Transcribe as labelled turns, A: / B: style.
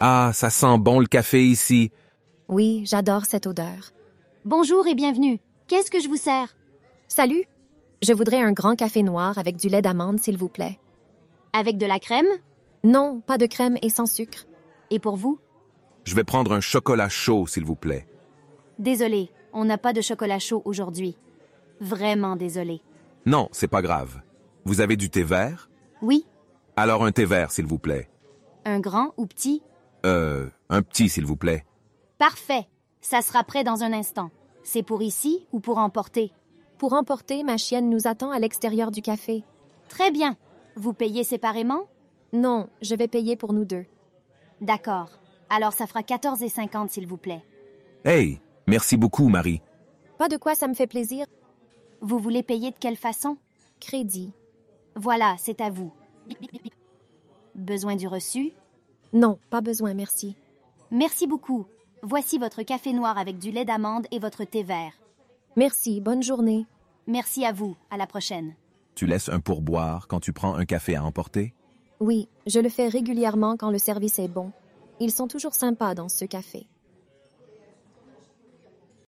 A: Ah, ça sent bon le café ici.
B: Oui, j'adore cette odeur.
C: Bonjour et bienvenue. Qu'est-ce que je vous sers
B: Salut! Je voudrais un grand café noir avec du lait d'amande, s'il vous plaît.
C: Avec de la crème
B: Non, pas de crème et sans sucre.
C: Et pour vous
A: Je vais prendre un chocolat chaud, s'il vous plaît.
C: Désolé, on n'a pas de chocolat chaud aujourd'hui. Vraiment désolé.
A: Non, c'est pas grave. Vous avez du thé vert?
C: Oui,
A: Alors un thé vert, s'il vous plaît.
C: un grand ou petit
A: Euh, un petit, s'il vous plaît.
C: Parfait. Ça sera prêt dans un instant. C'est pour ici ou pour emporter
B: Pour emporter, ma chienne nous attend à l'extérieur du café.
C: Très bien. Vous payez séparément
B: Non, je vais payer pour nous deux.
C: D'accord. Alors ça fera 14,50 s'il vous plaît.
A: Hey, merci beaucoup, Marie.
B: Pas de quoi, ça me fait plaisir.
C: Vous voulez payer de quelle façon
B: Crédit.
C: Voilà, c'est à vous. Besoin du reçu
B: Non, pas besoin, merci.
C: Merci beaucoup. Voici votre café noir avec du lait d'amande et votre thé vert.
B: Merci, bonne journée.
C: Merci à vous. À la prochaine.
A: Tu laisses un pourboire quand tu prends un café à emporter?
B: Oui, je le fais régulièrement quand le service est bon. Ils sont toujours sympas dans ce café.